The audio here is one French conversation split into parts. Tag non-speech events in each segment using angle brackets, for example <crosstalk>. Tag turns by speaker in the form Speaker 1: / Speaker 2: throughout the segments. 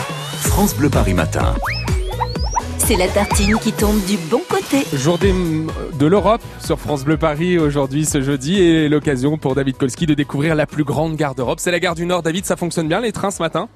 Speaker 1: France Bleu Paris Matin.
Speaker 2: C'est la tartine qui tombe du bon côté.
Speaker 3: Jour des- de l'Europe sur France Bleu Paris aujourd'hui, ce jeudi, et l'occasion pour David Kolski de découvrir la plus grande gare d'Europe. C'est la gare du Nord, David, ça fonctionne bien les trains ce matin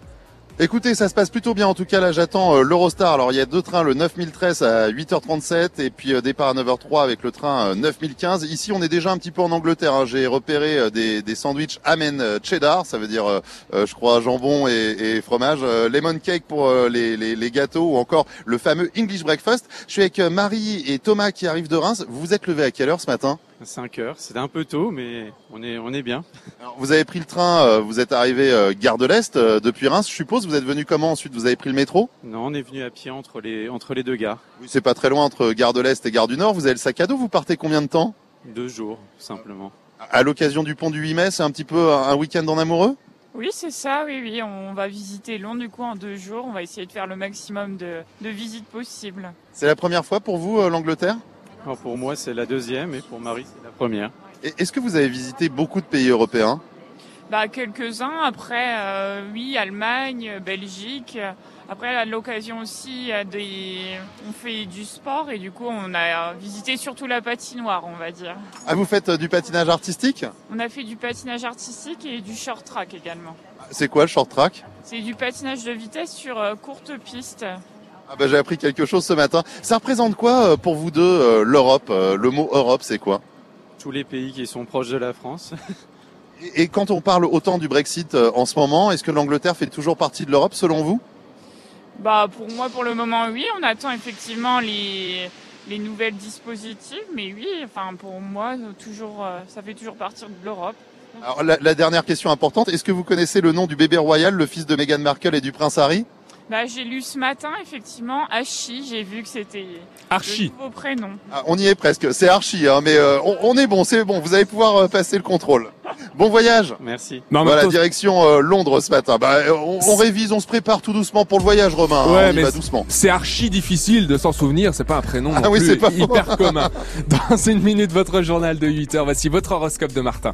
Speaker 4: Écoutez, ça se passe plutôt bien. En tout cas, là, j'attends euh, l'Eurostar. Alors, il y a deux trains, le 9013 à 8h37 et puis euh, départ à 9h03 avec le train euh, 9015. Ici, on est déjà un petit peu en Angleterre. hein. J'ai repéré euh, des, des sandwichs Amen euh, Cheddar, ça veut dire, euh, euh, je crois, jambon et, et fromage, euh, lemon cake pour euh, les, les- les gâteaux ou encore le fameux English breakfast. Je suis avec euh, Marie et Thomas qui arrivent de Reims. Vous vous êtes levés à quelle heure ce matin
Speaker 5: 5 heures, c'était un peu tôt, mais on est, on est bien.
Speaker 4: Alors, Vous avez pris le train, euh, vous êtes arrivé euh, gare de l'Est euh, depuis Reims, je suppose. Vous êtes venu comment ensuite Vous avez pris le métro
Speaker 5: Non, on est venu à pied entre les, entre les deux gares.
Speaker 4: Oui, c'est pas très loin entre Gare de l'Est et Gare du Nord. Vous avez le sac à dos, vous partez combien de temps
Speaker 5: Deux jours, simplement.
Speaker 4: À l'occasion du pont du 8 mai, c'est un petit peu un un week-end en amoureux
Speaker 6: Oui, c'est ça, oui, oui. On va visiter Londres du coup en deux jours. On va essayer de faire le maximum de, de visites possibles.
Speaker 4: C'est la première fois pour vous, euh, l'Angleterre
Speaker 5: Alors pour moi, c'est la deuxième et pour Marie, c'est la première.
Speaker 4: Et Est-ce que vous avez visité beaucoup de pays européens
Speaker 6: Bah, quelques-uns. Après, euh, oui, Allemagne, Belgique. Après, à l'occasion aussi, euh, des... on fait du sport et du coup, on a euh, visité surtout la patinoire, on va dire.
Speaker 4: Ah, vous faites euh, du patinage artistique
Speaker 6: On a fait du patinage artistique et du short track également.
Speaker 4: Ah, C'est quoi le short track
Speaker 6: C'est du patinage de vitesse sur euh, courte piste.
Speaker 4: ah bah, J'ai appris quelque chose ce matin. Ça représente quoi euh, pour vous deux, euh, l'Europe Euh, Le mot Europe, c'est quoi
Speaker 5: Tous les pays qui sont proches de la France. <laughs>
Speaker 4: Et et quand on parle autant du Brexit euh, en ce moment, est-ce que l'Angleterre fait toujours partie de l'Europe selon vous
Speaker 6: Bah pour moi pour le moment oui, on attend effectivement les les nouvelles dispositives, mais oui, enfin pour moi toujours euh, ça fait toujours partir de l'Europe.
Speaker 4: Alors la, la dernière question importante, est-ce que vous connaissez le nom du bébé royal, le fils de Meghan Markle et du prince Harry
Speaker 6: Bah j'ai lu ce matin effectivement Hachi, j'ai vu que c'était
Speaker 3: Archie
Speaker 6: le nouveau prénom.
Speaker 4: Ah, on y est presque, c'est archi, hein, mais euh, on, on est bon, c'est bon, vous allez pouvoir euh, passer le contrôle. Bon voyage
Speaker 5: Merci.
Speaker 3: Non, mais
Speaker 4: Voilà,
Speaker 3: attends,
Speaker 4: direction euh, Londres ce matin. Bah, euh, on, on révise, on se prépare tout doucement pour le voyage, Romain. hein,
Speaker 3: Ouais,
Speaker 4: on y
Speaker 3: mais
Speaker 4: va
Speaker 3: c'est-
Speaker 4: doucement.
Speaker 3: c'est archi difficile de s'en souvenir, c'est pas un prénom non
Speaker 4: Ah oui,
Speaker 3: plus
Speaker 4: <laughs> c'est pas faux.
Speaker 3: hyper commun. Dans une minute, votre journal de 8 heures, voici votre horoscope de Martin.